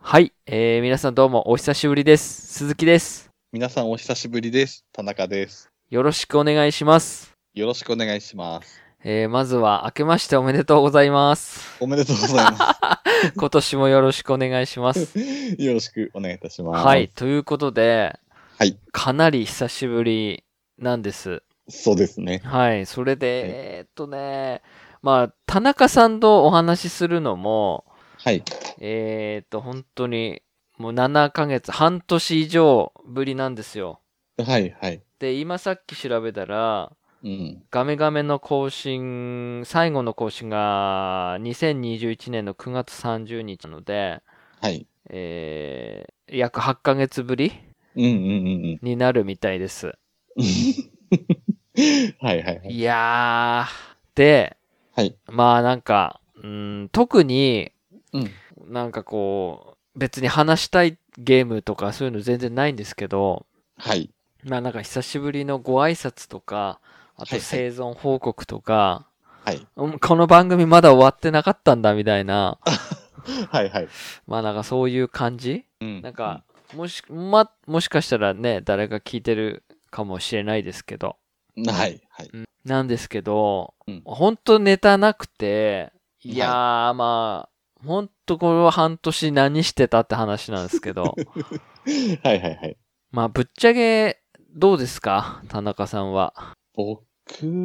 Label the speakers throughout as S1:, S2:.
S1: はい、えー、皆さんどうもお久しぶりです。鈴木です。
S2: 皆さんお久しぶりです。田中です。
S1: よろしくお願いします。
S2: よろしくお願いします。
S1: えー、まずは明けましておめでとうございます。
S2: おめでとうございま
S1: 今年もよろしくお願いします。
S2: す。 よろしくお願いいたします。
S1: はい、。ということで、
S2: はい。
S1: かなり久しぶりなんです。
S2: そうですね。
S1: はい、それ
S2: はい
S1: で、えーっとね、まあ、田中さんとお話しするのも、
S2: はい。
S1: えーっと、本当に、もう7ヶ月、半年以上ぶりなんですよ。
S2: はい、はい。
S1: で、今さっき調べたら、
S2: うん。
S1: ガメガメの更新、最後の更新が2021年の9月30日なので、
S2: はい。
S1: えー、約8ヶ月ぶり
S2: うんうんうん
S1: になるみたいです。
S2: うん。はい、はい、はい。
S1: いやー。で、
S2: はい。
S1: まあなんか、うん、特に
S2: うん。
S1: なんかこう、別に話したいゲームとかそういうの全然ないんですけど、
S2: はい。
S1: まあなんか久しぶりのご挨拶とか、あ
S2: はいは
S1: と
S2: い
S1: 生存報告とか、
S2: はい。
S1: うんこの番組まだ終わってなかったんだみたいな、
S2: はい、はい。
S1: まあなんかそういう感じ
S2: うん
S1: なんか、、もし、ま、もしかしたらね、誰か聞いてるかもしれないですけど、
S2: うんはい、はい。
S1: うんなんですけど、
S2: うん
S1: 本当ネタなくて、いやー、
S2: は
S1: まあ、本当これは半年何してたって話なんですけ ど、
S2: はい、はい、はい。
S1: まあぶっちゃけ、どうですか田中さんは。
S2: 僕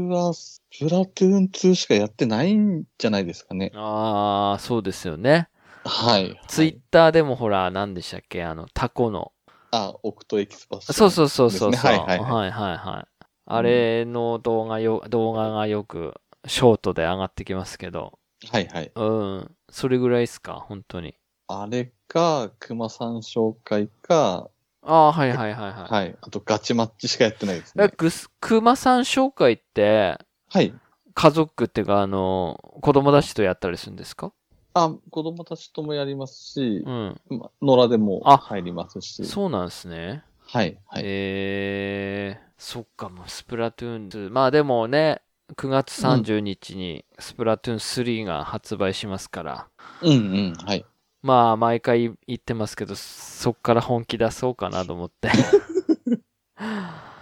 S2: は、スプラトゥーン2しかやってないんじゃないですかね。
S1: あー、そうですよね。
S2: はい。
S1: ツイッターでもほら、何でしたっけあの、タコの。
S2: あ、オクトエキスパス。
S1: そうそうそうそうそう。
S2: ですねはいはいはい
S1: はいはいあれの動画よ、動画がよくショートで上がってきますけど。
S2: はい、はい。
S1: うん。それぐらいですか本当に。
S2: あれか、熊さん紹介か、
S1: ああ、はいはいはいはい。
S2: はい。あと、ガチマッチしかやってないです
S1: だ
S2: ね
S1: から。ぐす熊さん紹介って、
S2: はい。
S1: 家族っていうか、あの、子供たちとやったりするんですか
S2: あ、子供たちともやりますし
S1: う、ん。
S2: ま野良でも
S1: あ
S2: 入りますし。
S1: そうなんですね。
S2: はい。はい。
S1: ええー、そっか、もうスプラトゥーン2。まあでもね、9月30日にスプラトゥーン3が発売しますから。
S2: うんうん。はい。
S1: まあ、毎回言ってますけど、そっから本気出そうかなと思 って。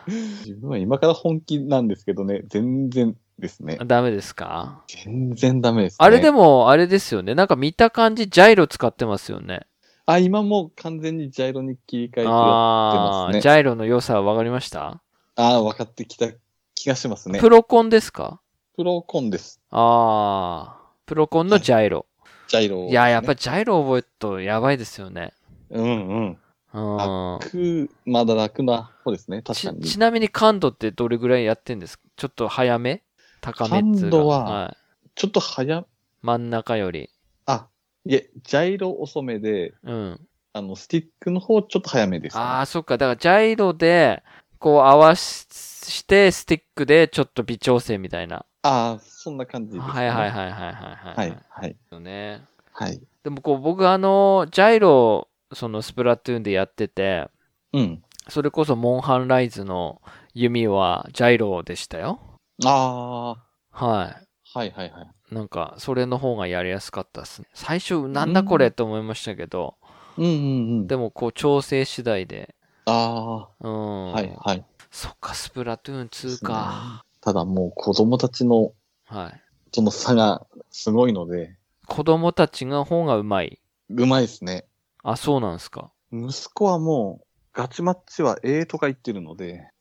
S2: 自分は今から本気なんですけどね、全然ですね。
S1: ダメですか
S2: 全然ダメです、ね。
S1: あれで
S2: も。
S1: も、あれですよね。なんか見た感じ、ジャイロ使ってますよね。
S2: あ、今もう完全にジャイロに切り替えてあ
S1: ああー、
S2: ね
S1: ジャイロの良さは分かりました、
S2: あー、分かってきた気がしますね
S1: プ。ロコンですか
S2: プロコンです。
S1: ああ、プロコンのジャイロ。
S2: ジャイロを、
S1: いや、やっぱ
S2: り。
S1: りジャイロ覚えるとやばいですよね。
S2: うんうん。
S1: うん。
S2: 楽、まだ楽な方ですね。確か
S1: ち
S2: に。
S1: ちなみに感度ってどれぐらいやってんですかちょっと早め高めっつうか、
S2: 感度はいちょっと早、
S1: 真ん中より。
S2: あ、いえ、ジャイロ遅めで、
S1: うん。
S2: あの、スティックの方ちょっと早めです、ね。
S1: ああ、そっか。だから、ジャイロで、こう、合わしして、スティックで、ちょっと微調整みたいな。
S2: ああ、そんな感じです、ね。
S1: はいはい
S2: は
S1: はいはいはい。
S2: い。はい、はい、
S1: よね。
S2: はい。
S1: でも、こう、僕、あの、ジャイロ、その、スプラトゥーンでやってて、
S2: うん。
S1: それこそ、モンハンライズの弓は、ジャイロでしたよ。
S2: あ
S1: は
S2: あ、はいはいはい。
S1: い。なんか、それの方がやりやすかったですね。最初、なんだこれと思いましたけど、
S2: うんうんうん。
S1: でも、こう、調整次第で、
S2: あ
S1: うん。
S2: あ、はいはい。
S1: そっか、スプラトゥーン2か。
S2: ただもう子供たちの
S1: はい。
S2: その差がすごいので、
S1: 子供たちが方がうまい。
S2: うまいですね。
S1: あ、そうなんですか。
S2: 息子はもう、ガチマッチは A とか言ってるので、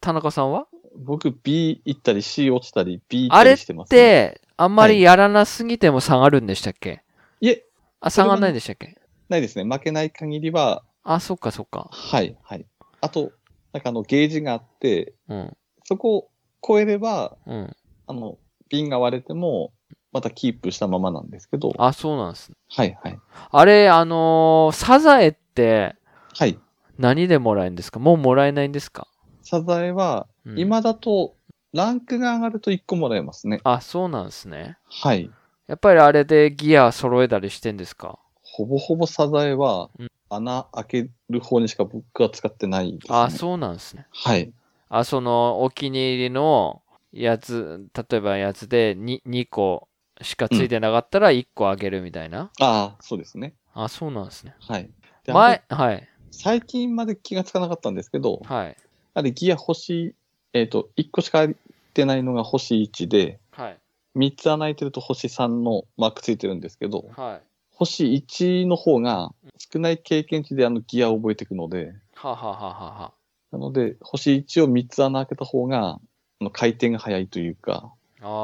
S1: 田中さんは
S2: 僕 B 行ったり C 落ちたり B 行
S1: あ
S2: った
S1: れっ
S2: りしてます、ね。
S1: て、あんまりやらなすぎても下がるんでしたっけ
S2: いえ、
S1: あ、下がんないんでしたっけ
S2: ないですね。負けない限りは、
S1: あ、そっかそっか。
S2: はいはい。あと、なんかあのゲージがあって、
S1: うん、
S2: そこを超えれば、
S1: うん。
S2: あの、瓶が割れても、またキープしたままなんですけど。
S1: あ、そうなんですね。
S2: はいはい。
S1: あれ、あのーサザエって
S2: はい。
S1: 何でもらえるんですかもうもらえないんですか、
S2: サザエは、
S1: うん
S2: 今だと、ランクが上がると1個もらえますね。
S1: あ、そうなんですね。
S2: はい。
S1: やっぱりあれでギア揃えたりしてんですか
S2: ほぼほぼサザエは
S1: うん、
S2: 穴開ける方にしか僕は使ってないです、ね。
S1: あ、そうなんですね。
S2: はい。
S1: あ、その、お気に入りのやつ、例えばやつで 2, 2個しかついてなかったら1個あげるみたいな。
S2: ああ、そうですね。
S1: あ、そうなんですね。
S2: はい。であれ
S1: 前、はい。
S2: 最近まで気がつかなかったんですけど、
S1: はい。
S2: あれギア星、えっ、と、1個しか入ってないのが星1で、
S1: はい。
S2: 3つ穴開いてると星3のマークついてるんですけど、
S1: はい。
S2: 星1の方が少ない経験値であのギアを覚えていくので、
S1: はあはあはあはあはあ
S2: なので、星1を3つ穴開けた方が、あの回転が速いというか、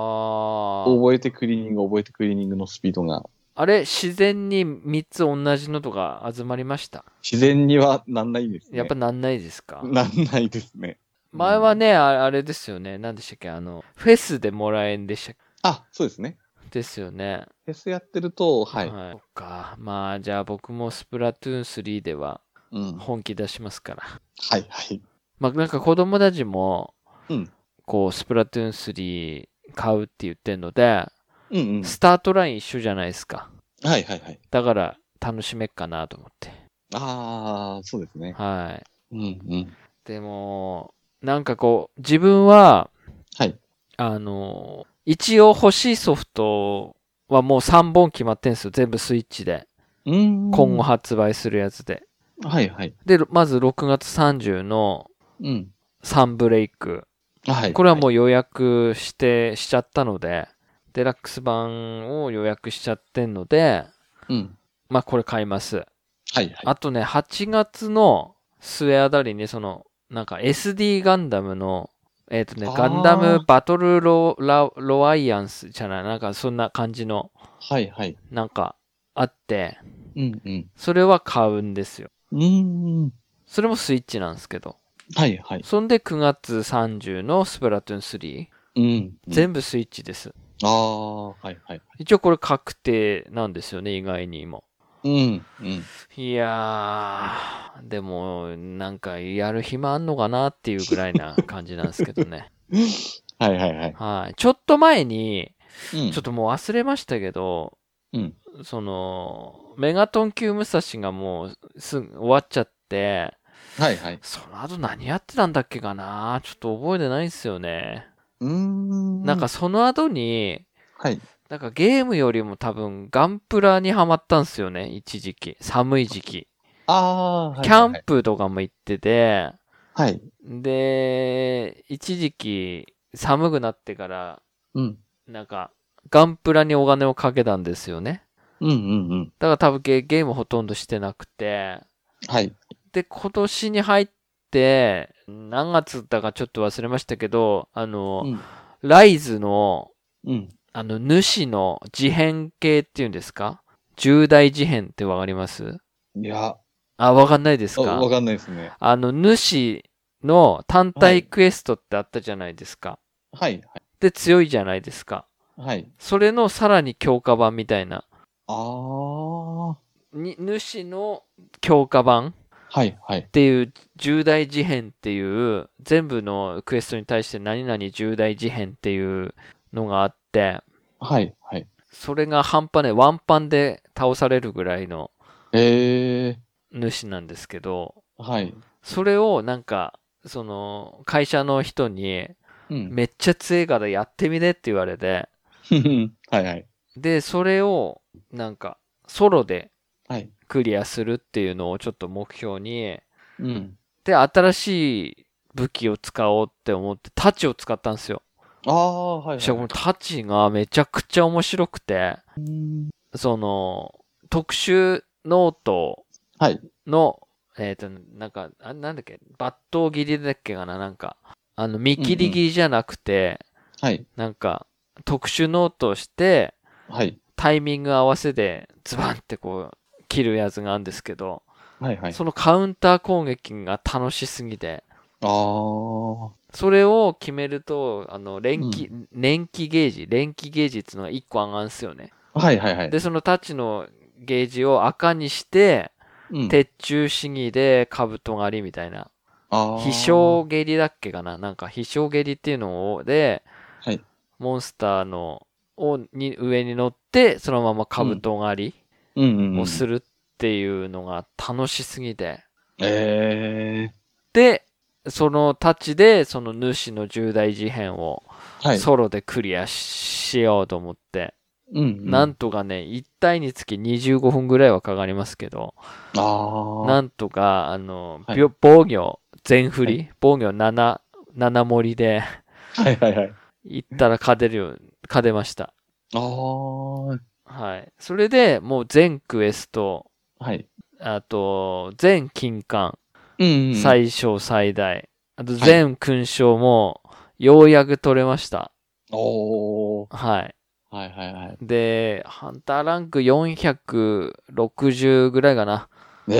S1: あー
S2: 覚えてクリーニング、覚えてクリーニングのスピードが、
S1: あれ、自然に3つ同じのとか集まりました。
S2: 自然にはなんないですね。
S1: やっぱなんないですか、
S2: なんないですね。
S1: 前はね、ああれですよね。何でしたっけあの、フェスでもらえんでしたっ
S2: あ、そうですね。
S1: けですよね。
S2: フェスやってると、はい。
S1: そっか。まあ、じゃあ僕もスプラトゥーン3では
S2: うん。はい、
S1: 本気出しますから。
S2: はい。
S1: まあ、なんか子供たちも、
S2: うん
S1: こう、スプラトゥーン3買うって言ってんので、
S2: うんうん。
S1: スタートライン一緒じゃないですか。
S2: はい、はい、はい。
S1: だから、楽しめっかなと思って。
S2: ああ、そうですね。
S1: はい。
S2: うん、うん。
S1: でも、なんかこう、自分は、
S2: はい。
S1: あの、一応欲しいソフトはもう3本決まってんすよ。全部スイッチで。
S2: うん。
S1: 今後発売するやつで。
S2: はい、はい。
S1: で、まず6月30の
S2: うん。
S1: サンブレイク。
S2: はい。
S1: これはも
S2: う、
S1: う予約して、しちゃったので、デラックス版を予約しちゃってんので、
S2: うん。
S1: まあこれ買います。
S2: はい、はい。
S1: あとね、8月の末あたりに、その、なんか SD ガンダムの、えっ、とね
S2: あ、ー
S1: ガンダムバトルロラロワイアンスじゃない、なんかそんな感じの、
S2: はい、はい。
S1: なんかあって、
S2: うん、うん。
S1: それは買うんですよ。
S2: うんうん。
S1: それもスイッチなんですけど。
S2: はい、はい。
S1: そんで9月30のスプラトゥーン3、
S2: うん。
S1: 全部スイッチです。
S2: ああ、はい、はい。
S1: 一応これ確定なんですよね、意外にも。
S2: うん、うん。
S1: いやー、でも、なんかやる暇あんのかなっていうぐらいな感じなんですけど ね。
S2: はい、はい、はい。
S1: はい。ちょっと前に、
S2: うん。
S1: ちょっともう忘れましたけど、
S2: うん
S1: その、メガトン級武蔵がもうすぐ終わっちゃって、
S2: はい、はい。
S1: その後何やってたんだっけかなちょっと覚えてないんですよね。
S2: うん。
S1: なんか、その後に、
S2: はい。
S1: なんかゲームよりも多分ガンプラにハマったんですよね、一時期。寒い時期。
S2: ああー、はい。
S1: キャン
S2: はい
S1: プとかも行ってて、
S2: はい。
S1: で、一時期寒くなってから、
S2: うん。
S1: なんか、ガンプラにお金をかけたんですよね。
S2: うん、うん、うん。
S1: だから多分ゲゲームほとんどしてなくて、
S2: はい。
S1: で、今年に入って、何月だかちょっと忘れましたけど、あの、
S2: うん。
S1: ライズの、
S2: うん。
S1: あの、主の事変系っていうんですか重大事変ってわかります
S2: いや、
S1: あ、わかんないです
S2: あ
S1: か
S2: わかんないですね。
S1: あの、主の単体クエストってあったじゃないですか。
S2: はい、はい。
S1: で、強いじゃないですか。
S2: はい。
S1: それのさらに強化版みたいな。
S2: ああ、は
S1: に主の強化版
S2: い、はい
S1: っ。ていう重大事変っていう、全部のクエストに対して何々重大事変っていうのがあって、
S2: はい、はい。
S1: それが半端ね、ワンパンで倒されるぐらいの
S2: ええ
S1: 主なんですけど、
S2: はい。
S1: それをなんか、その、会社の人に、
S2: うん。
S1: めっちゃ強いからやってみねって言われて、
S2: はいはい。
S1: で、それを、なんか、ソロで
S2: はい。
S1: クリアするっていうのをちょっと目標に、
S2: うん。
S1: で、新しい武器を使おうって思って、タチを使ったんですよ。
S2: ああ、はい、
S1: そしたらこ
S2: は
S1: のタチがめちゃくちゃ面白くて、
S2: い。うん
S1: その、特殊ノート
S2: はい。
S1: の、えっ、と、なんか、あなんだっけ、抜刀切りだっけかな、なんか、あの、見切り切りじゃなくて、
S2: はい。
S1: なんか、特殊ノートをして、
S2: はい。
S1: タイミング合わせでズバンってこう切るやつがあるんですけど、
S2: はい。はい。
S1: そのカウンター攻撃が楽しすぎて、
S2: ああ。
S1: それを決めると、あの、連機、連機ゲージ、連機ゲージっていうのが1個上がるんですよね。
S2: はいはいはい。
S1: で、そのタッチのゲージを赤にして、
S2: うん、
S1: 鉄柱試技でカブト狩りみたいな。
S2: あー
S1: 飛翔蹴りだっけかななんか飛翔蹴りっていうのを、で、
S2: はい
S1: モンスターの、を、に、上に乗って、そのままカブト狩り。
S2: うんうんう
S1: を
S2: ん。
S1: するっていうのが楽しすぎて。
S2: ええ
S1: で、そのタッチで、その主の重大事変を
S2: はい。
S1: ソロでクリアししようと思って。
S2: うんうん。
S1: なんとかね、1体につき25分ぐらいはかかりますけど、
S2: ああ。
S1: なんとか、あの、
S2: はい
S1: びょ防御全振り、
S2: は
S1: 防御7、7盛りで
S2: はいはいはい。
S1: 行ったら勝てるよう、勝てました。
S2: ああ。は
S1: はい。それでもう全クエスト、
S2: い。
S1: あと、全金冠、
S2: うん、うん。
S1: 最小最大、あと全勲章も、ようやく取れました。
S2: おー。
S1: はい。
S2: はいはいはい。
S1: で、ハンターランク460ぐらいかな、
S2: ね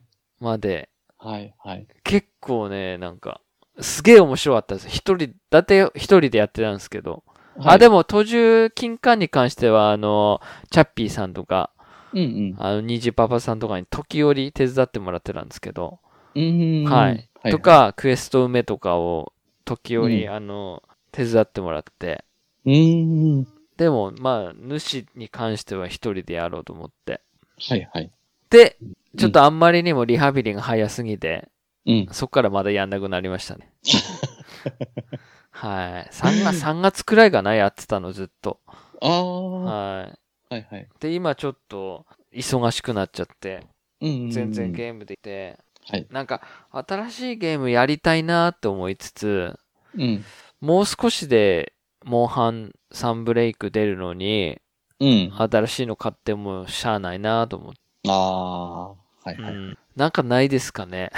S2: え。
S1: まで、
S2: はいはい。
S1: 結構ね、なんか、すげえ面白かったです。一人、だって一人でやってたんですけど。あ、で
S2: も。
S1: も途中、金管に関しては、あの、チャッピーさんとか、
S2: うんうん。
S1: あの、ニジパパさんとかに時折手伝ってもらってたんですけど、
S2: うんうん。
S1: はい。と。か、クエスト埋めとかを時折、
S2: う
S1: あの、手伝ってもらって、
S2: うんうん。
S1: でも、まあ、主に関しては一人でやろうと思って。
S2: はいはい。
S1: で、ちょっとあんまりにもリハビリが早すぎて、
S2: うん。
S1: そっからまだやんなくなりましたね。はい。3月、三月くらいかな、やってたのずっと。
S2: ああ。は
S1: はい
S2: はい。
S1: い。で、今ちょっと忙しくなっちゃって、
S2: うん、うん。
S1: 全然ゲームでいて、
S2: はい。
S1: なんか新しいゲームやりたいなって思いつつ、
S2: うん。
S1: もう少しで、モンハンサンブレイク出るのに、
S2: うん。あ
S1: 新しいの買ってもしゃあないなと思って、
S2: あ。はいは
S1: う
S2: い。
S1: ん。なんかないですかね。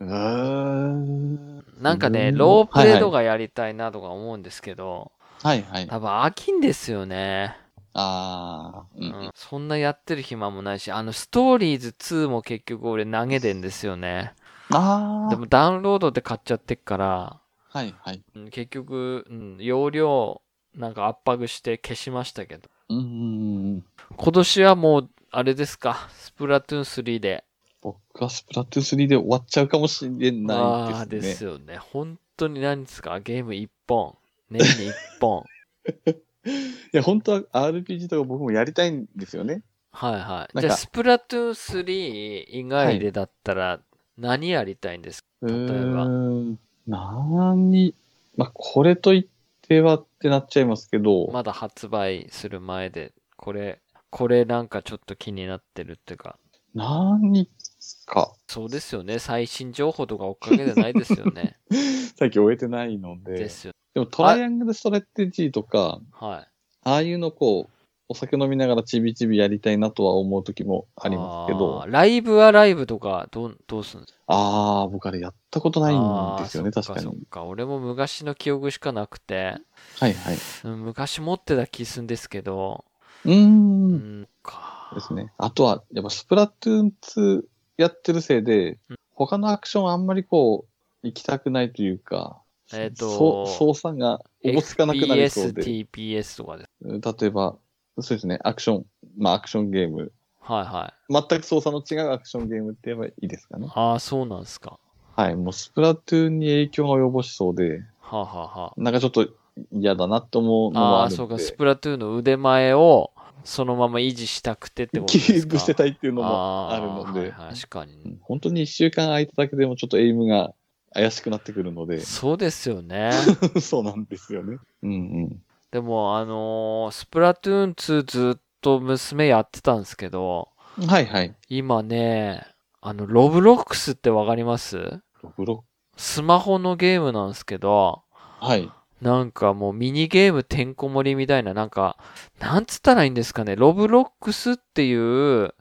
S2: うーん。
S1: なんかね、
S2: うん
S1: ロープレとかやりたいなとか思うんですけど、
S2: はいはい。
S1: 多分飽きんですよね、
S2: ああ。う
S1: うん
S2: ん。
S1: そんなやってる暇もないし、あの、ストーリーズ2も結局俺投げてんですよね。
S2: あ
S1: で
S2: あ。
S1: もダウンロードで買っちゃってっから、
S2: はいはい。
S1: うん結局、うん、容量なんか圧迫して消しましたけど。
S2: うんうんうん。
S1: 今年はもう、あれですか、スプラトゥーン3で。
S2: 僕はスプラトゥーン3で終わっちゃうかもしれ
S1: あ
S2: な
S1: あ
S2: い
S1: ー
S2: で
S1: ですす
S2: ね。
S1: よね。本当に何ですか、ゲーム1本。年に1本。
S2: いや、本当は RPG とか僕もやりたいんですよね。
S1: はいはい。
S2: なんか
S1: じゃあ、スプラトゥーン3以外でだったら、何やりたいんですか
S2: う
S1: ば
S2: ーん。何、まあ、これと言ってはってなっちゃいますけど、
S1: まだ発売する前で、これ、これなんかちょっと気になってるっていうか、
S2: 何か、
S1: そうですよね。最新情報とか追っかけてないですよね。
S2: さっき終 えてないので、
S1: で
S2: です
S1: よ。
S2: もトライアングルストラテジーとか、
S1: はい。
S2: ああいうのこう、お酒飲みながらちびちびやりたいなとは思う時もありますけど
S1: あ、ー。ライブはライブとか、どう、どうするんですか
S2: ああー、僕あれやったことないんですよね、
S1: あーそ
S2: 確
S1: っ
S2: か
S1: そ
S2: に
S1: っ。か、俺も昔の記憶しかなくて、
S2: はいはい。
S1: うん昔持ってた気するんですけど、
S2: うー。
S1: うんん、か。
S2: ですね。あとは、やっぱスプラトゥーン2やってるせいで
S1: うん、
S2: 他のアクションあんまりこう、行きたくないというか、
S1: えっと
S2: そう操作がおぼつかなくなりそうで、
S1: FPS、TPS とかです。
S2: 例えば、そうですね、アクション、まあアクションゲーム、
S1: はいはい。
S2: 全く操作の違うアクションゲームって言えばいいですかね。
S1: ああ、そうなんですか。
S2: はい、もうスプラトゥーンに影響が及ぼしそうで、
S1: はあ、はあはあ、
S2: なんかちょっと嫌だなと思うのも
S1: あ
S2: あ
S1: あ、
S2: る
S1: そうんか、ス
S2: で、
S1: プラトゥーンの腕前をそのまま維持したくてってこと
S2: キ
S1: ですか
S2: ープしてたいっていうのも
S1: あ
S2: ある
S1: ー
S2: ので、
S1: はいはい確かに、
S2: うん本当に一週間空いただけでもちょっとエイムが怪しくなってくる ので、
S1: そうですよね。
S2: そうなんですよね。うんうん。
S1: でも、あのースプラトゥーン2ずっと娘やってたんですけど、
S2: はいはい。
S1: 今ね、あの、ロブロックスってわかります
S2: ロブロ
S1: スマホのゲームなんですけど、
S2: はい。
S1: なんかもうミニゲームてんこ盛りみたいな、なんか、なんつったらいいんですかね、ロブロックスっていう
S2: うん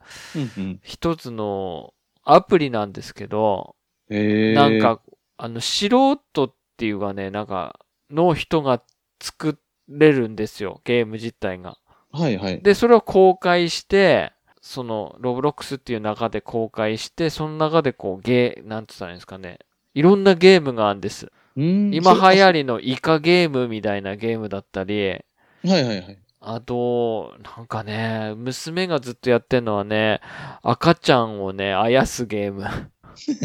S2: うん。
S1: 一つのアプリなんですけど、
S2: えー、
S1: なん、か、あの、素人っていうかね、なんか、の人が作れるんですよ、ゲーム自体が。
S2: はいはい。
S1: で、それを公開して、その、ロブロックスっていう中で公開して、その中でこう、ゲー、なんつったらいいんですかね。いろんなゲームがあるんです。今
S2: 今
S1: 流行りのイカゲームみたいなゲームだったり、
S2: り。はいはいはい。
S1: あと、なんかね、娘がずっとやってるのはね、赤ちゃんをね、あやすゲーム。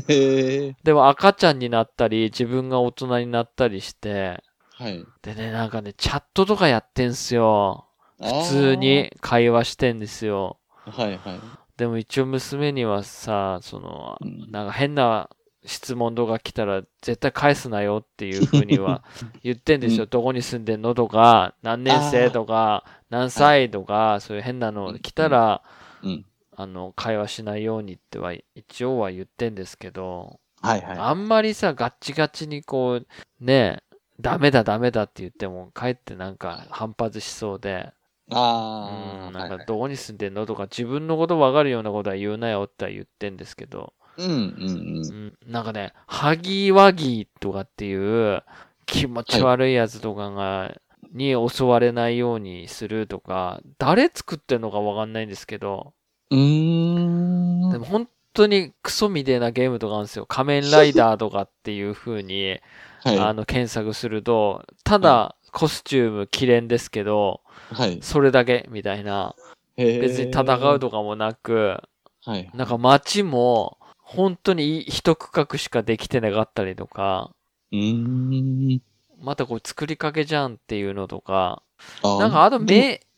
S2: えー、
S1: でも赤ちゃんになったり、自分が大人になったりして、
S2: はい。
S1: でね、なんかね、チャットとかやってんすよ。普通に会話してんですよ。
S2: あー。はいはい。
S1: でも一応娘にはさ、その
S2: う、ん
S1: なんか変な質問動画来たら絶対返すなよっていうふうに は言ってんですよ。どこに住んでんのとか、何年生とか、何歳とか、そういう変なの来たら、
S2: うん。
S1: あの、会話しないようにっては、一応は言ってんですけど、
S2: はいはい。
S1: あんまりさ、ガッチガチにこう、ねえ、ダメだダメだって言っても、かえってなんか反発しそうで、
S2: あ
S1: うん、な
S2: あ、は
S1: ん
S2: い
S1: か
S2: はい
S1: どこに住んでんのとか、自分のことわかるようなことは言うなよっては言ってんですけど、
S2: うんうん
S1: う
S2: うん。
S1: ん、なんかね、ハギーワギーとかっていう気持ち悪いやつとかが、に襲われないようにするとか、誰作ってんのかわかんないんですけど、
S2: うーん。
S1: でも本当にクソみてえなゲームとかあるんですよ。仮面ライダーとかっていう風に、
S2: はい。
S1: あの、検索すると、ただ、コスチューム、綺麗ですけど、
S2: はい。
S1: それだけ、みたいな。別に戦うとかもなく、
S2: か。はい。
S1: なんか街も、本当に一区画しかできてなかったりとか、
S2: うーん。
S1: またこう作りかけじゃんっていうのとか、
S2: あ
S1: なんかあと
S2: で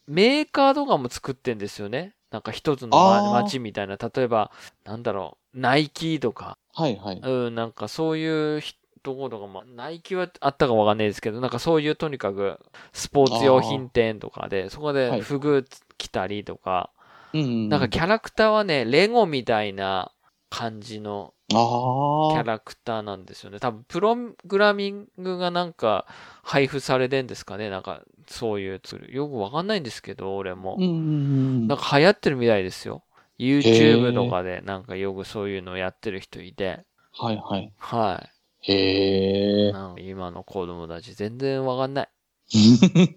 S1: メメーカーとかも作ってんですよね。なんか一つの
S2: あー
S1: ま街みたいな、例えば、なんだろう、ナイキとか、
S2: はいはい。
S1: うん、なんかそういうひところが、まあ、ナイキはあったかわかんないですけど、なんかそういうとにかくスポーツ用品店とかで、そこ
S2: は
S1: で
S2: い
S1: フグ着たりとか、
S2: うんうん。
S1: なんかキャラクターはね、レゴみたいな感じの
S2: あ
S1: キ
S2: あ。
S1: ャラクターなんですよね。多分プログラミングがなんか配布されてんですかね、なんかそういうツール。よくわかんないんですけど、俺も。
S2: うんうんうん。
S1: なんか流行ってるみたいですよ。YouTube とかでなんかよくそういうのやってる人いて。
S2: はいはい。
S1: はい。
S2: へえ。
S1: なんか今の子供たち全然わかんない。本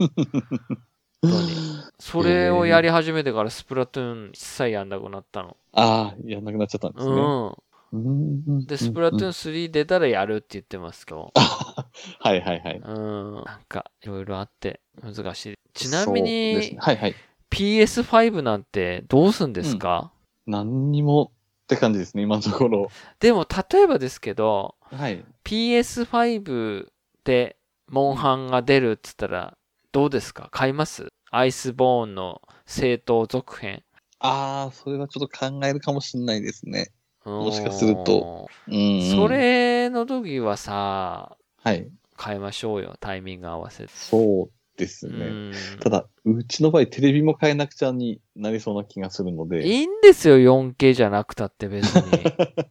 S1: 当に。それをやり始めてからスプラトゥーン一切やんなくなったの。
S2: ああ、やんなくなっちゃったんですね。
S1: う
S2: うんうん
S1: ん。で、スプラトゥーン
S2: ン。
S1: 3出たらやるって言ってますけど。
S2: はいはいはい。
S1: うん。なんか、いろいろあって難しい。ちなみ
S2: そうですね
S1: に、
S2: はいはい。
S1: PS5 なんてどうすんですか、
S2: 何にもって感じですね、今のところ。
S1: でも、例えばですけど、
S2: はい。
S1: PS5 でモンハンが出るっつったら、どうですか買いますアイスボーンの正当続編。
S2: ああ、それはちょっと考えるかもしれないですね。もしかするとうん、うん。
S1: それの時はさ、
S2: はい。
S1: 変えましょうよ、タイミング合わせて。
S2: そうです
S1: う
S2: ね。
S1: ん
S2: ただ、うちの場合、テレビも変えなくちゃになりそうな気がするの
S1: い
S2: で。
S1: いんですよ、4K じゃなくたって別に。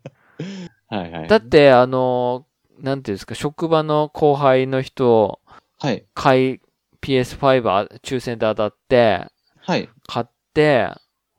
S2: はいはい。
S1: だって、あの、なんていうんですか、職場の後輩の人、
S2: はい。
S1: 買い、PS5 あ抽選で当たって、
S2: はい。
S1: 買って、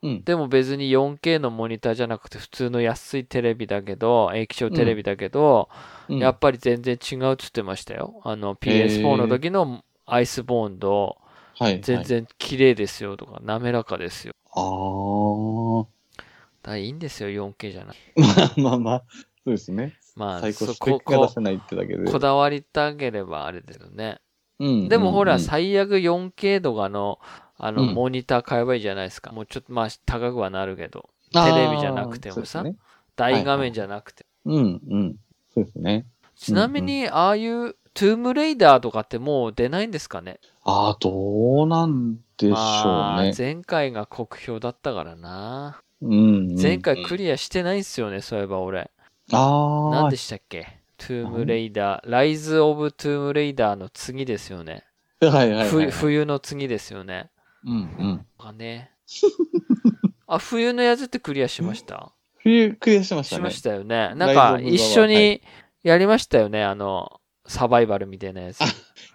S2: うん。
S1: でも別に 4K のモニターじゃなくて普通の安いテレビだけど、液晶テレビだけど、
S2: うん
S1: やっぱり全然違うっつってましたよ。あの PS4 の時のアイスボーンド、
S2: はい。
S1: 全
S2: はい。
S1: 然綺麗ですよとか、滑らかですよ。
S2: ああ。
S1: だからいいんですよ、4K じゃない。
S2: まあまあ、そうですね。
S1: まあ、
S2: 最高
S1: そ
S2: スペッ
S1: こ
S2: クが
S1: こ
S2: 出せないってだけで。
S1: こだわりたければあれだよね。
S2: うん
S1: でもほ
S2: う
S1: ら、
S2: ん
S1: 最悪 4K とかの、あの、
S2: うん
S1: モニター買えばいいじゃないですか。もうちょっと、まあ、高くはなるけど、
S2: あー
S1: テレビじゃなくてもさ
S2: そうですね
S1: 大画面じゃなくて。
S2: うん、うん。そうですね。
S1: ちなみに、ああいう、トゥームレイダーとかってもう出ないんですかね
S2: ああ、どうなんでしょうね。
S1: まあ、前回が酷評だったからな。
S2: うん、うん
S1: 前回クリアしてないんすよね、そういえば俺。
S2: ああ。
S1: 何でしたっけトゥームレイダー、ライズ・オブ・トゥームレイダーの次ですよね。
S2: はいはいはい、
S1: ふ冬の次ですよね。
S2: うんうん。
S1: あ ね。あ、冬のやつってクリアしました
S2: 冬クリアしまし
S1: したま
S2: ね。
S1: したよね。なんか
S2: ライズオブザワールド
S1: 一緒
S2: は
S1: にやりましたよね、あの、サバイバルみたいなやつ。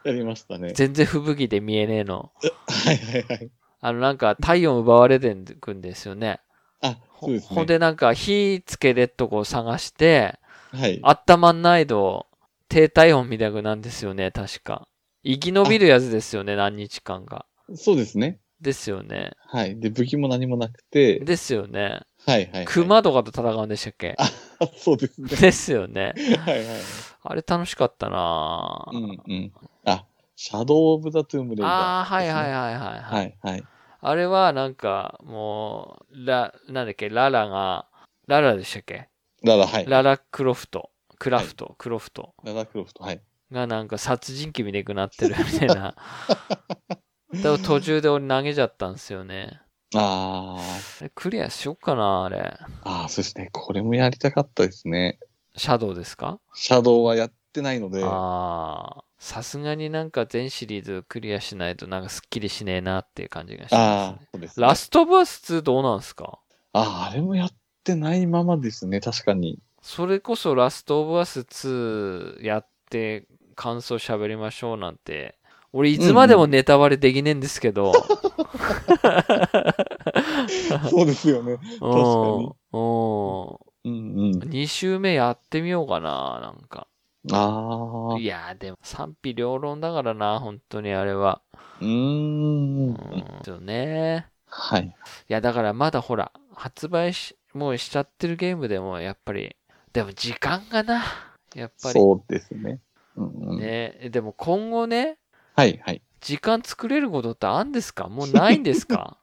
S2: やりましたね。
S1: 全然吹雪で見えねえの。
S2: はいはいはい。
S1: あの、なんか体温奪われてくんですよね。
S2: あ、
S1: ほ
S2: そうですね。
S1: ほんでなんか火つけてっとこを探して、
S2: はい。
S1: 温まんないと低体温みたくなんですよね、確か。生き延びるやつですよね、何日間が。
S2: そうですね。
S1: ですよね。
S2: はい。で、武器も何もなくて、
S1: ですよね。
S2: はいはい、はい。
S1: 熊とかと戦うんでしたっけ
S2: あ、そうですね。
S1: ですよね。
S2: はいはい。
S1: あれ楽しかったな
S2: う
S1: ぁ
S2: んうん。あ、シャドウ・オブ・ザ・トゥームレイダー、
S1: ああ、はいはい
S2: い。
S1: はいはい。は、
S2: はいいはい。
S1: あれはなんか、もう、ラ、なんだっけ、ララが、ララでしたっけ
S2: ララ、はい。
S1: ラ
S2: ラ
S1: ラクロフト、クラフト、クロフト
S2: ラ・クロフト、はい。
S1: がなんか殺人鬼みたくなってるみたい な。でも途中で俺投げちゃったんですよね。
S2: あ
S1: あれクリアしよっかな、あれ。
S2: あ、ああ、そうですね。これもやりたかったですね。
S1: シャドウですか
S2: シャドウはやってないので、
S1: ああ。さすがになんか全シリーズクリアしないとなんかすっきりしねえなっていう感じがします
S2: あ
S1: ね
S2: あ、。そうです、ね。
S1: ラストバース2どうなんですか
S2: ああ、あれもやってないままですね、確か に。
S1: それこそラストオブアス2やって感想喋りましょうなんて、俺いつまでもネタバレできねえんですけど、
S2: そうですよね。
S1: う
S2: 確かに
S1: ん、
S2: うんうん。
S1: うん。2週目やってみようかな、なんか。
S2: ああ、
S1: いやーでも賛否両論だからな、本当にあれは。
S2: うー
S1: うんん。。ですよね。
S2: はい。
S1: いや、だからまだほら、発売し、もうしちゃってるゲームでもやっぱり、でも時間がな、やっぱり。
S2: そうですね。うんうん、
S1: ね、でも今後ね、
S2: はいはい。
S1: 時間作れることってあんですかもうないんです か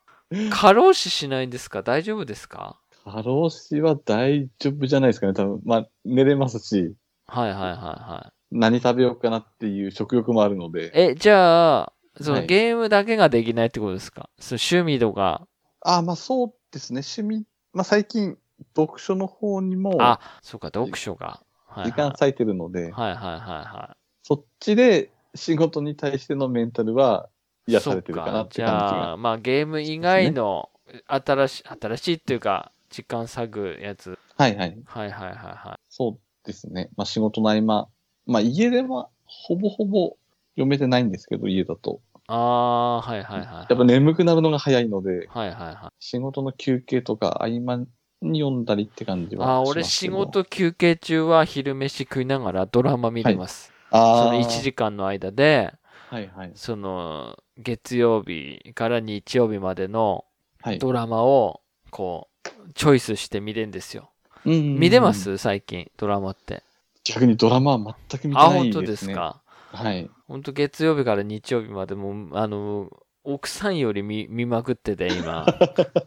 S1: 過労死しないんですか大丈夫ですか
S2: 過労死は大丈夫じゃないですかね、多分。まあ、寝れますし、
S1: はいはいはいはい。
S2: 何食べようかなっていう食欲もあるので。
S1: え、じゃあ、そ
S2: は
S1: の
S2: い
S1: ゲームだけができないってことですか、その趣味とか。
S2: ああ、まあそうですね。趣味、まあ最近、読書の方にも、
S1: あ、そうか、読書が。はい
S2: 時
S1: はい、
S2: 間割いてるので、
S1: はいはいはいは。
S2: そっちで仕事に対してのメンタルはい癒されてるかなって
S1: そう
S2: 感
S1: か
S2: じ
S1: じゃ
S2: が。
S1: あ、まあゲーム以外の新しい、新しいっていうか、時間割くやつ。
S2: はいはい。
S1: はいはいはいはい。
S2: そうですね。まあ仕事の合間。まあ家ではほぼほぼ読めてないんですけど、家だと。
S1: あー、はいはいはい、はい。
S2: やっぱ。眠くなるのが早いので、
S1: はいはいはい。
S2: 仕事の休憩とか合間に読んだりって感じはしますけど。
S1: あー俺仕事休憩中は昼飯食いながらドラマ見てます。
S2: あ
S1: その
S2: ー
S1: 1時間の間で、
S2: はいはい。
S1: その月曜日から日曜日までの
S2: はい。
S1: ドラマをこうチョイスして見れるんですよ。見
S2: 見
S1: れます最近ドラマって。
S2: 逆にドラマは全く見て
S1: あ、
S2: な
S1: 本
S2: いですね。
S1: 当です。か。
S2: はい。
S1: 本当月曜日から日曜日までもう、あの、奥さんより見見まくってて今。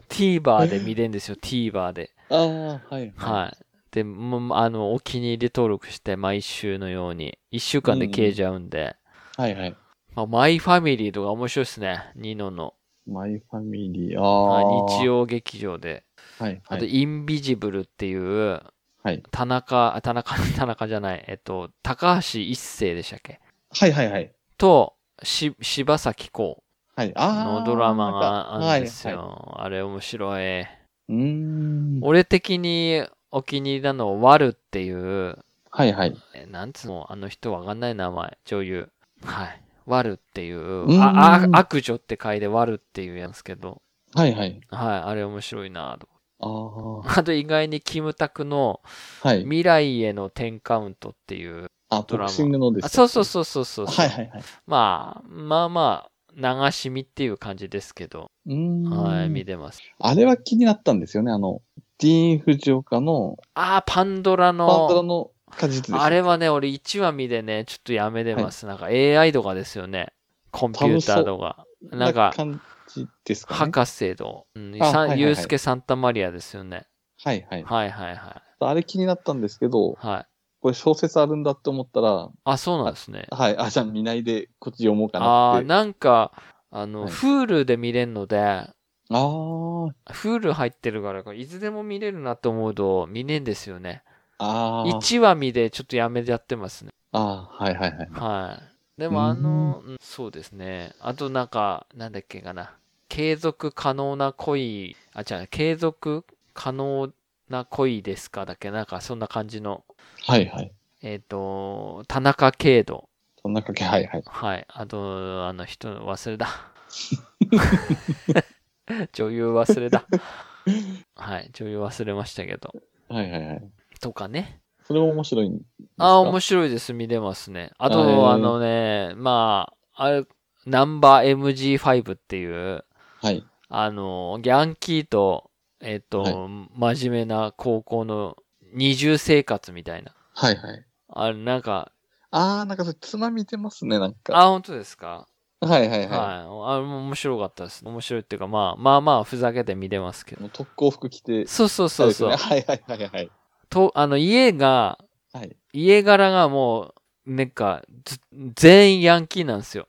S1: TVer で見れるんですよ、TVer で。
S2: ああ、はい。
S1: はい。で、もう、あの、お気に入り登録して、毎週のように。一週間で消えちゃうんで。
S2: はいはい。
S1: まあ、マイファミリーとか面白いですね。ニノの。
S2: マイファミリー。
S1: ま
S2: あ
S1: あ
S2: あ。
S1: 日。曜劇場で。
S2: はい
S1: あ
S2: は
S1: と、
S2: い。
S1: インビジブルっていう、
S2: はい
S1: 田中、あ田中、 田中じゃない、えっと、高橋一生でしたっけ
S2: はいはいはい。
S1: と、し、柴咲コ
S2: はい。ああ。
S1: のドラマ
S2: なん
S1: が
S2: か
S1: あるんです
S2: はいは
S1: よ。あれ面白い。
S2: い、うーん。
S1: 俺的にお気に入りなのは、ワルっていう、
S2: はいはい。
S1: え、なんつうの、あの人わかんない名前、女優。はい。ワルっていう
S2: ー、ん
S1: ああ悪女って書いてワルっていうやつけど、
S2: はいはい。
S1: はい、あれ面白いなと。
S2: ああ。
S1: あと意外にキムタクの
S2: はい。
S1: 未来への10カウントっていう、
S2: あ、
S1: ド
S2: ボ
S1: ラマ
S2: クシングのです
S1: あ
S2: ね。
S1: そうそうそうそうそう、
S2: はいはいはい。
S1: まあ、まあまあ、流し見っていう感じですけど、
S2: うーん。
S1: はい、見てます。
S2: あれは気になったんですよね。あの、ディーン・フジオカの
S1: ああ、パンドラ
S2: パンドラ
S1: の、
S2: の果実です。
S1: あれはね、俺1話見でね、ちょっとやめてます。なんか AI とかですよね。コンピューターとか。なんか、
S2: 感じですかね。
S1: 博士の、うん
S2: あ
S1: さ
S2: はいはいはい
S1: ユースケ・サンタマリアですよね。
S2: はいはい。
S1: はいはいはい。
S2: あれ気になったんですけど、
S1: はい。
S2: これ小説あるんだって思ったら、
S1: あ、そうなんですね。
S2: はい、あ、じゃあ見ないでこっち読もうか
S1: あ
S2: な
S1: あ
S2: っ
S1: ー、
S2: て。
S1: なんか、あの、
S2: はい
S1: Hulu で見れるので、
S2: あー
S1: Hulu 入ってるから、いつでも見れるなと思うと見ねえんですよね。
S2: あー。
S1: 1話見でちょっとやめちゃってますね。
S2: あーはいはいはい。
S1: はい。でもあの、うんそうですね。あとなんか、なんだっけかな。継続可能な恋、あ、違う、継続可能な恋ですかだっけなんかそんな感じの
S2: はいはい。
S1: えっ、と、田中圭人。
S2: そんなかけ、はいはい。
S1: はい。あと、あの人、忘 れだ。女優忘れだ。はい。女優忘れましたけど。
S2: はいはいはい。
S1: とかね。
S2: それも面白いんですか
S1: ああ、面白いです。見れますね。あ
S2: へ
S1: と、
S2: ー
S1: あのね、まあ、あれ、ナンバー MG5 っていう、
S2: はい。
S1: あの、ヤンキーと、えっ、と、
S2: は
S1: 真面目な高校の二重生活みたいな。
S2: はいはい。
S1: あれ、なんか、
S2: ああ、なんかそれ、つまみてますね、なんか。
S1: あ、本当ですか
S2: はいはいは
S1: はい。あれも面白かったです。面白いっていうか、まあまあまあ、ふざけて見れますけ
S2: い。
S1: ど。
S2: もう特攻服着て、
S1: そうそうそうそう。
S2: はいはいはいはい。
S1: と、あの、家が、
S2: はい。
S1: 家柄がもう、なんか、ず全員ヤンキーなんです よ。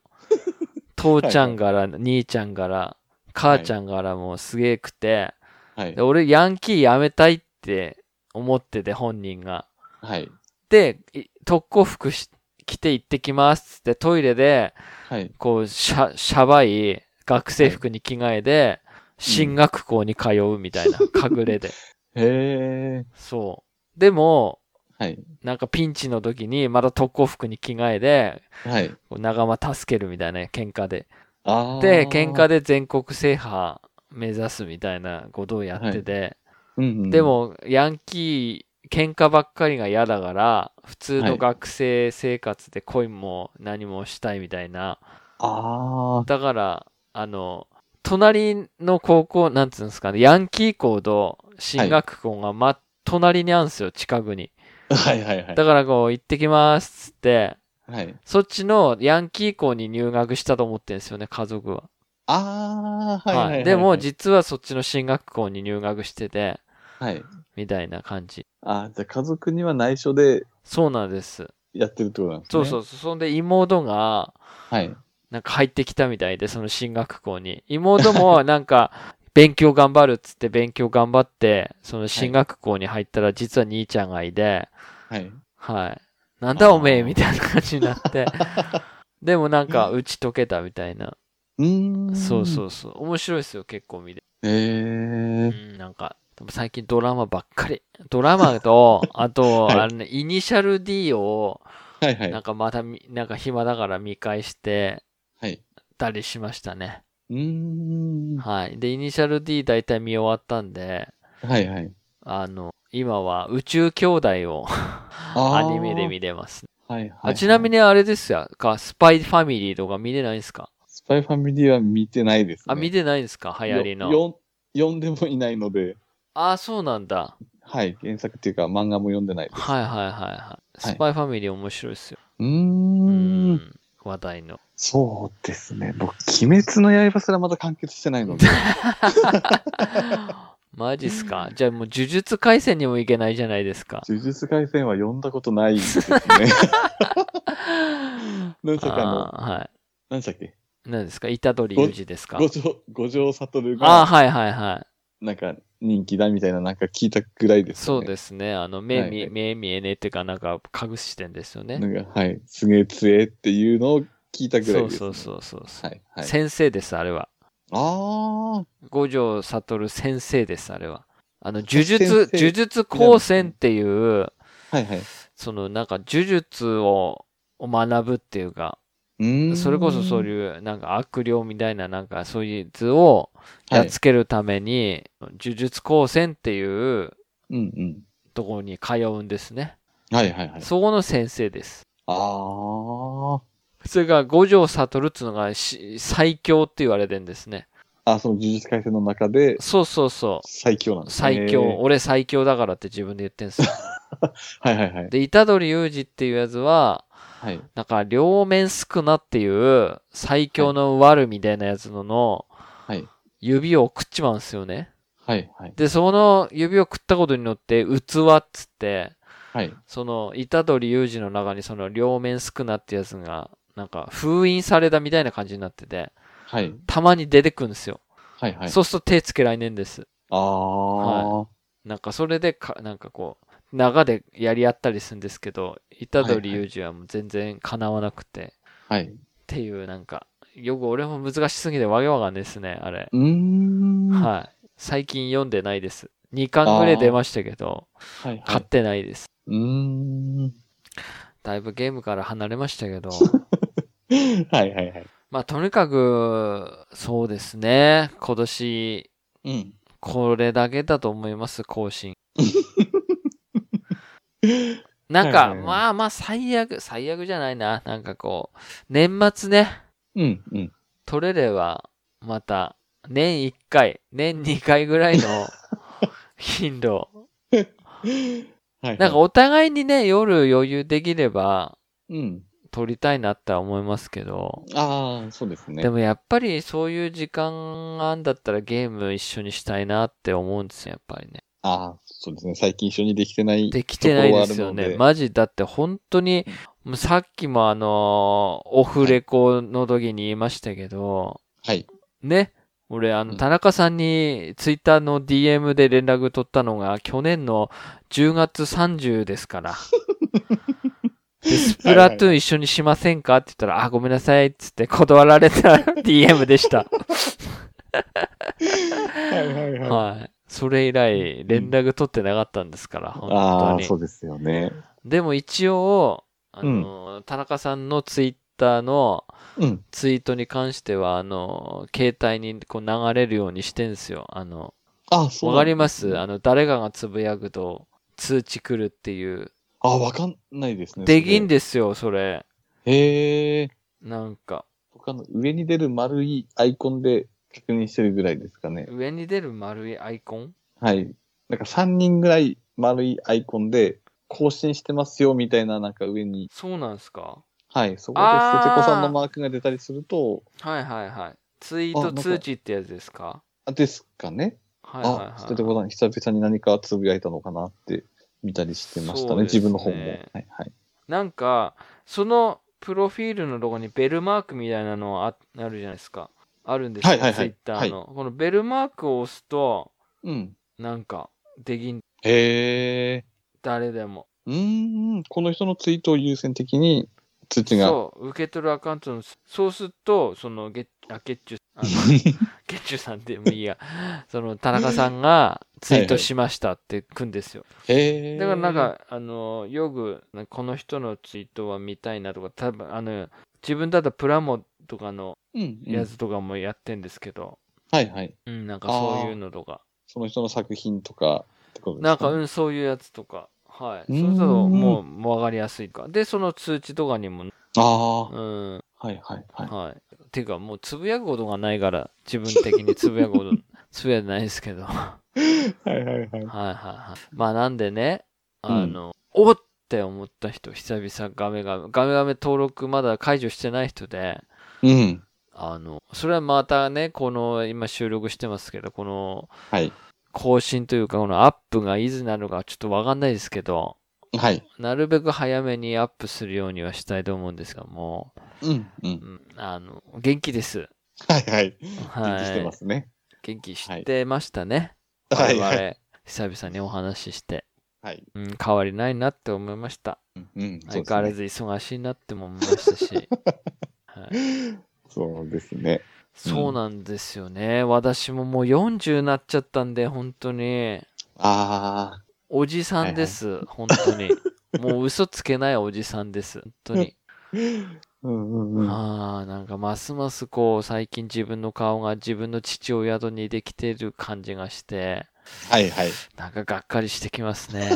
S1: 父ちゃん柄、兄ちゃん柄、母ちゃん柄もすげえくて、
S2: はい
S1: で。俺ヤンキーやめたいって思ってて、本人が。
S2: はい。
S1: で、い特攻服し着て行ってきますってトイレで、
S2: はい。
S1: こう、しゃ、しゃばい、学生服に着替えで、進学校に通うみたいな、隠れで。
S2: へえ。
S1: そう。でも、
S2: はい。
S1: なんかピンチの時にまた特攻服に着替えで、
S2: はい。
S1: こう仲間助けるみたいな喧嘩で。
S2: ああ。
S1: で、喧嘩。で全国制覇目指すみたいなことをやってて、
S2: うん、うん。
S1: で、も、ヤンキー、喧嘩ばっかりが嫌だから、普通の学生生活で恋も何もしたいみたいな。
S2: ああ。
S1: だから、あの、隣の高校、なんつうんですかね、ヤンキー校と進学校がま、隣にあるんですよ、近くに。
S2: はいはいはい。
S1: だからこう、行ってきますっつって、
S2: はい。
S1: そっちのヤンキー校に入学したと思ってるんですよね、家族は。
S2: ああ、はいはいはい、はい。
S1: でも、実はそっちの進学校に入学してて、
S2: はい。
S1: みたいな感じ。
S2: ああ、じゃあ家族には内緒で
S1: そうなんです。
S2: やってるってことなんです
S1: そ
S2: ね。。
S1: うそううそう。そんで妹が、
S2: はい。
S1: なんか入ってきたみたいで、その進学校に。妹も、なんか、 勉強頑張るっつって勉強頑張って、その進学校に入ったら、実は兄ちゃんがいて、
S2: はい。
S1: はい。なんだおめ
S2: あ
S1: え
S2: ー
S1: みたいな感じにな って。でもなんか、打ち解けたみたいな。
S2: うーん。。
S1: そうそううそう。面白いですよ、結構見て。
S2: へ
S1: う
S2: え。
S1: ん、なんか、でも最近ドラマばっかり。ドラマと、 あと、
S2: はい
S1: あのね、イニシャル D を、
S2: はいは
S1: なん
S2: い。
S1: かまたみ、なんか暇だから見返して
S2: はい。
S1: たりしましたね。
S2: うーん。は
S1: はい。で、イニシャル D 大体見終わったんで、
S2: いはい。
S1: あの、今は宇宙兄弟を
S2: あ
S1: ア
S2: ー
S1: ニメで見れます、
S2: はいはいはい、
S1: あ。ちなみにあれですよか、スパイファミリーとか見れないんですか
S2: スパイファミリーは見てないですね。
S1: あ、見てないんですか流行りの。
S2: よよ読んでもいないので、
S1: あ、そうなんだ。
S2: はい、原作っていうか漫画も読んでないです。
S1: はいはいはいはい。スパイファミリー面白いですよ。
S2: うー、
S1: うんん。話題の。
S2: そうですね。僕、鬼滅の刃すらまだ完結してないので。
S1: マジっすかじゃあもう呪術廻戦にもいけないじゃないです か。
S2: 呪術廻戦は読んだことないですね。 まさかの、
S1: あーはい。
S2: 何でしたっけ
S1: 何ですか虎杖裕二ですか
S2: 五条、五条悟
S1: あー
S2: が、
S1: はいはいはい。
S2: なんか人気だみたいな、なんか聞いたぐらいです
S1: そ
S2: よ
S1: う
S2: ね。
S1: ですね。あの、目見、
S2: はい
S1: 目見えねえっていうか、なんか、隠視点ですよね。
S2: なんか、はい、すげえ強えっていうのを聞いたぐら
S1: そ
S2: いうです、ね。
S1: そうそうそうそう。
S2: はい、はい。
S1: 先生です、あれは。
S2: あ
S1: 五条悟先生です、あれは。あの、呪
S2: 先生
S1: 術、呪術高専っていう、
S2: あ、はいはい。
S1: その、なんか、呪術を、を学ぶっていうか、
S2: うーん
S1: それこそそう
S2: う、
S1: いう、なんか悪霊みたいな、なんか、そういう図をや
S2: は
S1: っ
S2: い、
S1: つけるために、呪術高専っていう
S2: うんうん。
S1: ところに通うんですね。
S2: はいはいはい。
S1: そこの先生です。
S2: あ
S1: それが五条悟っていうのがし最強って言われてんですね。
S2: あ。あ、その呪術改正の中で
S1: そうそうそ
S2: 最強なん
S1: う。
S2: ですね。
S1: 最強。俺最強だからって自分で言ってん すよ。
S2: はいはいはい。
S1: で、虎杖裕二っていうやつは、
S2: はい。
S1: なんか、両面すくなっていう最強の悪みたいなやつのの、
S2: はい。
S1: 指を食っちまうんですよね。
S2: はいはい。
S1: で、その指を食ったことによって、器っつって、
S2: はい。
S1: その、虎杖裕二の中にその両面すくなってやつが、なんか、封印されたみたいな感じになってて、
S2: はい。
S1: たまに出てくるんですよ。
S2: はいはい。
S1: そうすると手つけられねえんです。
S2: ああ。は
S1: なんかそれでか、なんかこう、長でやり合ったりするんですけど、虎杖裕二はもう全然叶わなくて、っ
S2: い。
S1: ていうなんか、よく俺も難しすぎてわけわかんないですね、あれ。
S2: うーん。は
S1: はい。最近読んでないです。2巻ぐらい出ましたけど、
S2: いは
S1: 買っ
S2: い。
S1: てないです。
S2: うーん。
S1: だいぶゲームから離れましたけど、
S2: はいはいはい。
S1: まあとにかく、そうですね、今年、
S2: うん。
S1: これだけだと思います、更 新。なんか、
S2: はいはいはい
S1: まあまあ、最悪、最悪じゃないな。なんかこう、年末ね、
S2: うんうん。
S1: トレレは、また、年1回、年2回ぐらい の頻度。
S2: はいはい。
S1: なんか、お互いにね、夜余裕できれば、
S2: うん。
S1: 撮りたいなっては思いますけど、
S2: ああ、そうですね。
S1: でもやっぱりそういう時間があんだったらゲーム一緒にしたいなって思うんですよ、やっぱりね。
S2: ああ、そうですね。最近一緒にできてない。
S1: できてないですよ
S2: ところはあるの
S1: ね。
S2: で
S1: マジ、だって本当に、もうさっきもあのーオフレコの時に言いましたけど、
S2: はい。
S1: ね、俺、あ
S2: う
S1: の、
S2: ん
S1: 田中さんにツイッターの DM で連絡取ったのが去年の10月30です から。でスプラトゥーン一緒にしませんかって言ったら、あ、ごめんなさいっつって断られた DM でした。
S2: はいはいはい。
S1: はい。それ以来、連絡取ってなかったんですから、
S2: あ
S1: 本
S2: あ、
S1: 当
S2: そ
S1: に。
S2: うですよね。
S1: でも一応、あの、田中さんのツイッターの
S2: うん。
S1: ツイートに関しては、あの、携帯にこう流れるようにしてんですよ。あの、
S2: あそう
S1: わ
S2: な
S1: か
S2: んだ
S1: りますあの、誰かがつぶやくと通知来るっていう。
S2: あ、わかんないですね。
S1: できん
S2: で。
S1: ですよ、それ。
S2: へえ。
S1: なんか、
S2: 僕あの、上に出る丸いアイコンで確認してるぐらいですかね。
S1: 上に出る丸いアイコン
S2: はい。なんか3人ぐらい丸いアイコンで、更新してますよみたいな、なんか上に、
S1: そうなんですか
S2: はい。そこで
S1: あー
S2: ステテコさんのマークが出たりすると、
S1: はいはいはい。ツイー
S2: あな
S1: ト
S2: んか
S1: 通知ってやつですか
S2: あですかね。
S1: はいはい、はい
S2: あ、。ステテコさん久々に何かつぶやいたのかなって見たりしてましたね。
S1: そうですね
S2: 自分の方も。はいはい。
S1: なんか、そのプロフィールのロゴにベルマークみたいなのああるじゃないですか。あるんですよ、
S2: はいはいはい
S1: ツイッターの、このベルマークを押すと、
S2: うん。
S1: なんか、できん、
S2: へえ。
S1: 誰でも。
S2: うーん。この人のツイートを優先的に通知が。
S1: そう、受け取るアカウントの、そうすると、そのゲッ、あ、ゲッチュ、あ のゲッチュさんでもいいや、その、田中さんがツイートしましたってくんですよ。
S2: へえ。
S1: だからなん、か、あの、よく、なんかこの人のツイートは見たいなとか、多分あの、自分だったらプラモとかの
S2: うん、うん
S1: やつとかもやってんですけど、
S2: はいはい。
S1: うん、なんかそういうのとか、
S2: その人の作品とかってことです
S1: なんか、
S2: う、
S1: うんん、そういうやつとか、はい。
S2: うー
S1: そう
S2: ん
S1: すると、もう、もうわかりやすいか。で、その通知とかにも、
S2: あ
S1: うん、
S2: あ、はいはいはい。
S1: はい。っていうか、もう、つぶやくことがないから、自分的につぶやくこと、 つぶやいてないですけど、はい
S2: はいはいはい。
S1: はいはい。まあ、なんでね、
S2: うん
S1: あの、おっって思った人、久々ガメガメ、ガメガメ登録まだ解除してない人で、
S2: うん。
S1: あの、それはまたね、この、今収録してますけど、この、
S2: はい。
S1: 更新というか、このアップがいつなのかちょっとわかんないですけど、
S2: はい。
S1: なるべく早めにアップするようにはしたいと思うんですが、も
S2: うん。う。
S1: う、うんん、あの、元気です。
S2: はいはい。元気
S1: は
S2: して
S1: い
S2: ま。すね。
S1: 元気してましたね。
S2: はい
S1: 我
S2: は
S1: 々、
S2: い。
S1: 久々にお話しして、
S2: はい。
S1: うん、変わりないなって思いました。
S2: うんうん。そ
S1: 相
S2: うです
S1: 変わら
S2: ね。
S1: ず忙しいなっても思いました し。はい、
S2: そうですね。
S1: そうなんですよね。私ももう40になっちゃったんで、本当に。
S2: ああ、
S1: おじさんです、本当に。もう嘘つけないおじさんです、本当に。
S2: うんうんうん。
S1: ああ、なんかますますこう、最近自分の顔が自分の父親と似てきてる感じがして、
S2: はいはい。
S1: なんかがっかりしてきますね。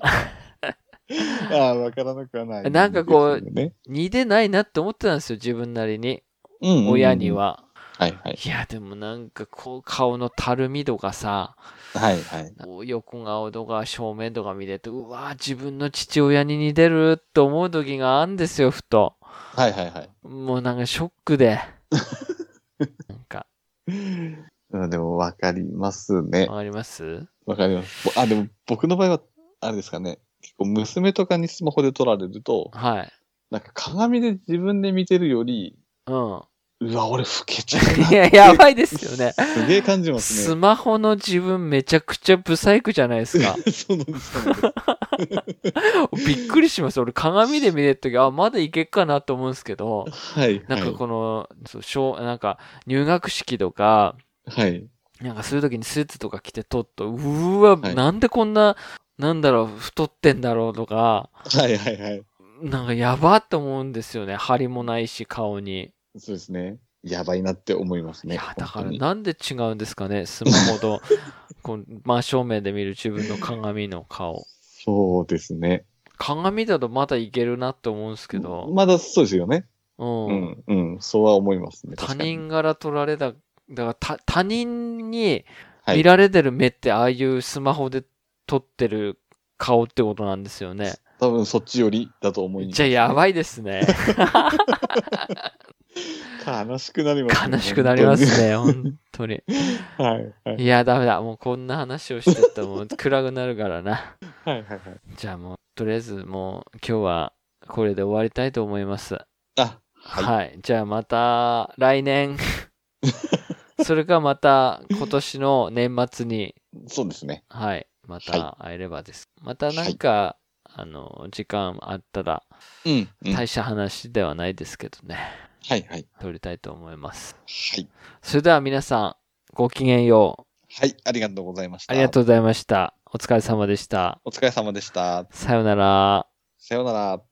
S2: ああ、わからなくはない。
S1: なんかこう
S2: ですよね、
S1: 似てないなって思ってたんですよ、自分なりに。
S2: うんうんうん
S1: 親に。は。
S2: はいはい。
S1: いや、でもなんかこう、顔のたるみとかさ、
S2: はいはい。
S1: こう横顔とか正面とか見てて、うわー自分の父親に似てるって思う時があるんですよ、ふと。
S2: はいはいはい。
S1: もうなんかショックで。 なんか、
S2: うんでも、わかりますね。
S1: わかります
S2: わかります。ぼあ、でも僕の場合は、あれですかね。結構娘とかにスマホで撮られると、
S1: はい。
S2: なんか鏡で自分で見てるより、
S1: うん。
S2: うわ、俺老けちゃうなっ
S1: い
S2: て。
S1: や、やばいですよね。
S2: すげえ感じます
S1: ス
S2: ね。
S1: マホの自分めちゃくちゃブサイクじゃないです か。
S2: そうなんですそうなんです
S1: びっくりします。俺鏡で見れるとき、あ、まだいけっかなと思うんですけど、
S2: はい。
S1: なんかこの、そう小なんか入学式とか、
S2: はい。
S1: なんかそういう時にスーツとか着て撮っと、うーわ、
S2: はい
S1: なんでこんな、なんだろう、太ってんだろうとか、
S2: はいはいはい。
S1: なんかやばって思うんですよね。張りもないし、顔に。
S2: そうですね。やばいなって思いますね。
S1: いや、だから
S2: 本当に
S1: なんで違うんですかね、スマホと、こう真正面で見る自分の鏡の顔。
S2: そうですね。
S1: 鏡だとまだいけるなって思うんですけど、
S2: まだそうですよね。
S1: うん。
S2: うん、うん、そうは思いますね。
S1: 他
S2: 確かに
S1: 人柄取られた、だから他他人に
S2: はい
S1: 見られてる目って、ああいうスマホで撮ってる顔ってことなんですよね。
S2: 多分そっちよりだと思います
S1: じゃあやばいです ね。
S2: 悲しくなりますね、
S1: 悲しくなりますね、本当に。
S2: 本当に。はいはい
S1: いや、ダメだ。もうこんな話をしてたら もう暗くなるからな。
S2: はいはいはい。
S1: じゃあもう、とりあえずもう今日はこれで終わりたいと思います。
S2: あ、
S1: はい。じゃあまた来年。それがまた今年の年末に、
S2: そうですね。
S1: はい、また会えればです。またな
S2: は
S1: ん
S2: い
S1: か、あの、時間あったら、
S2: うん、うん。はい、
S1: 大した話ではないですけどね、
S2: はい。はい。
S1: 撮りたいと思います。
S2: は
S1: それでは皆さん、ごきげんよう。
S2: い。ありがとうございました。
S1: ありがとうございました。お疲れ様でした。
S2: お疲れ様でした。
S1: さようなら。
S2: さようなら。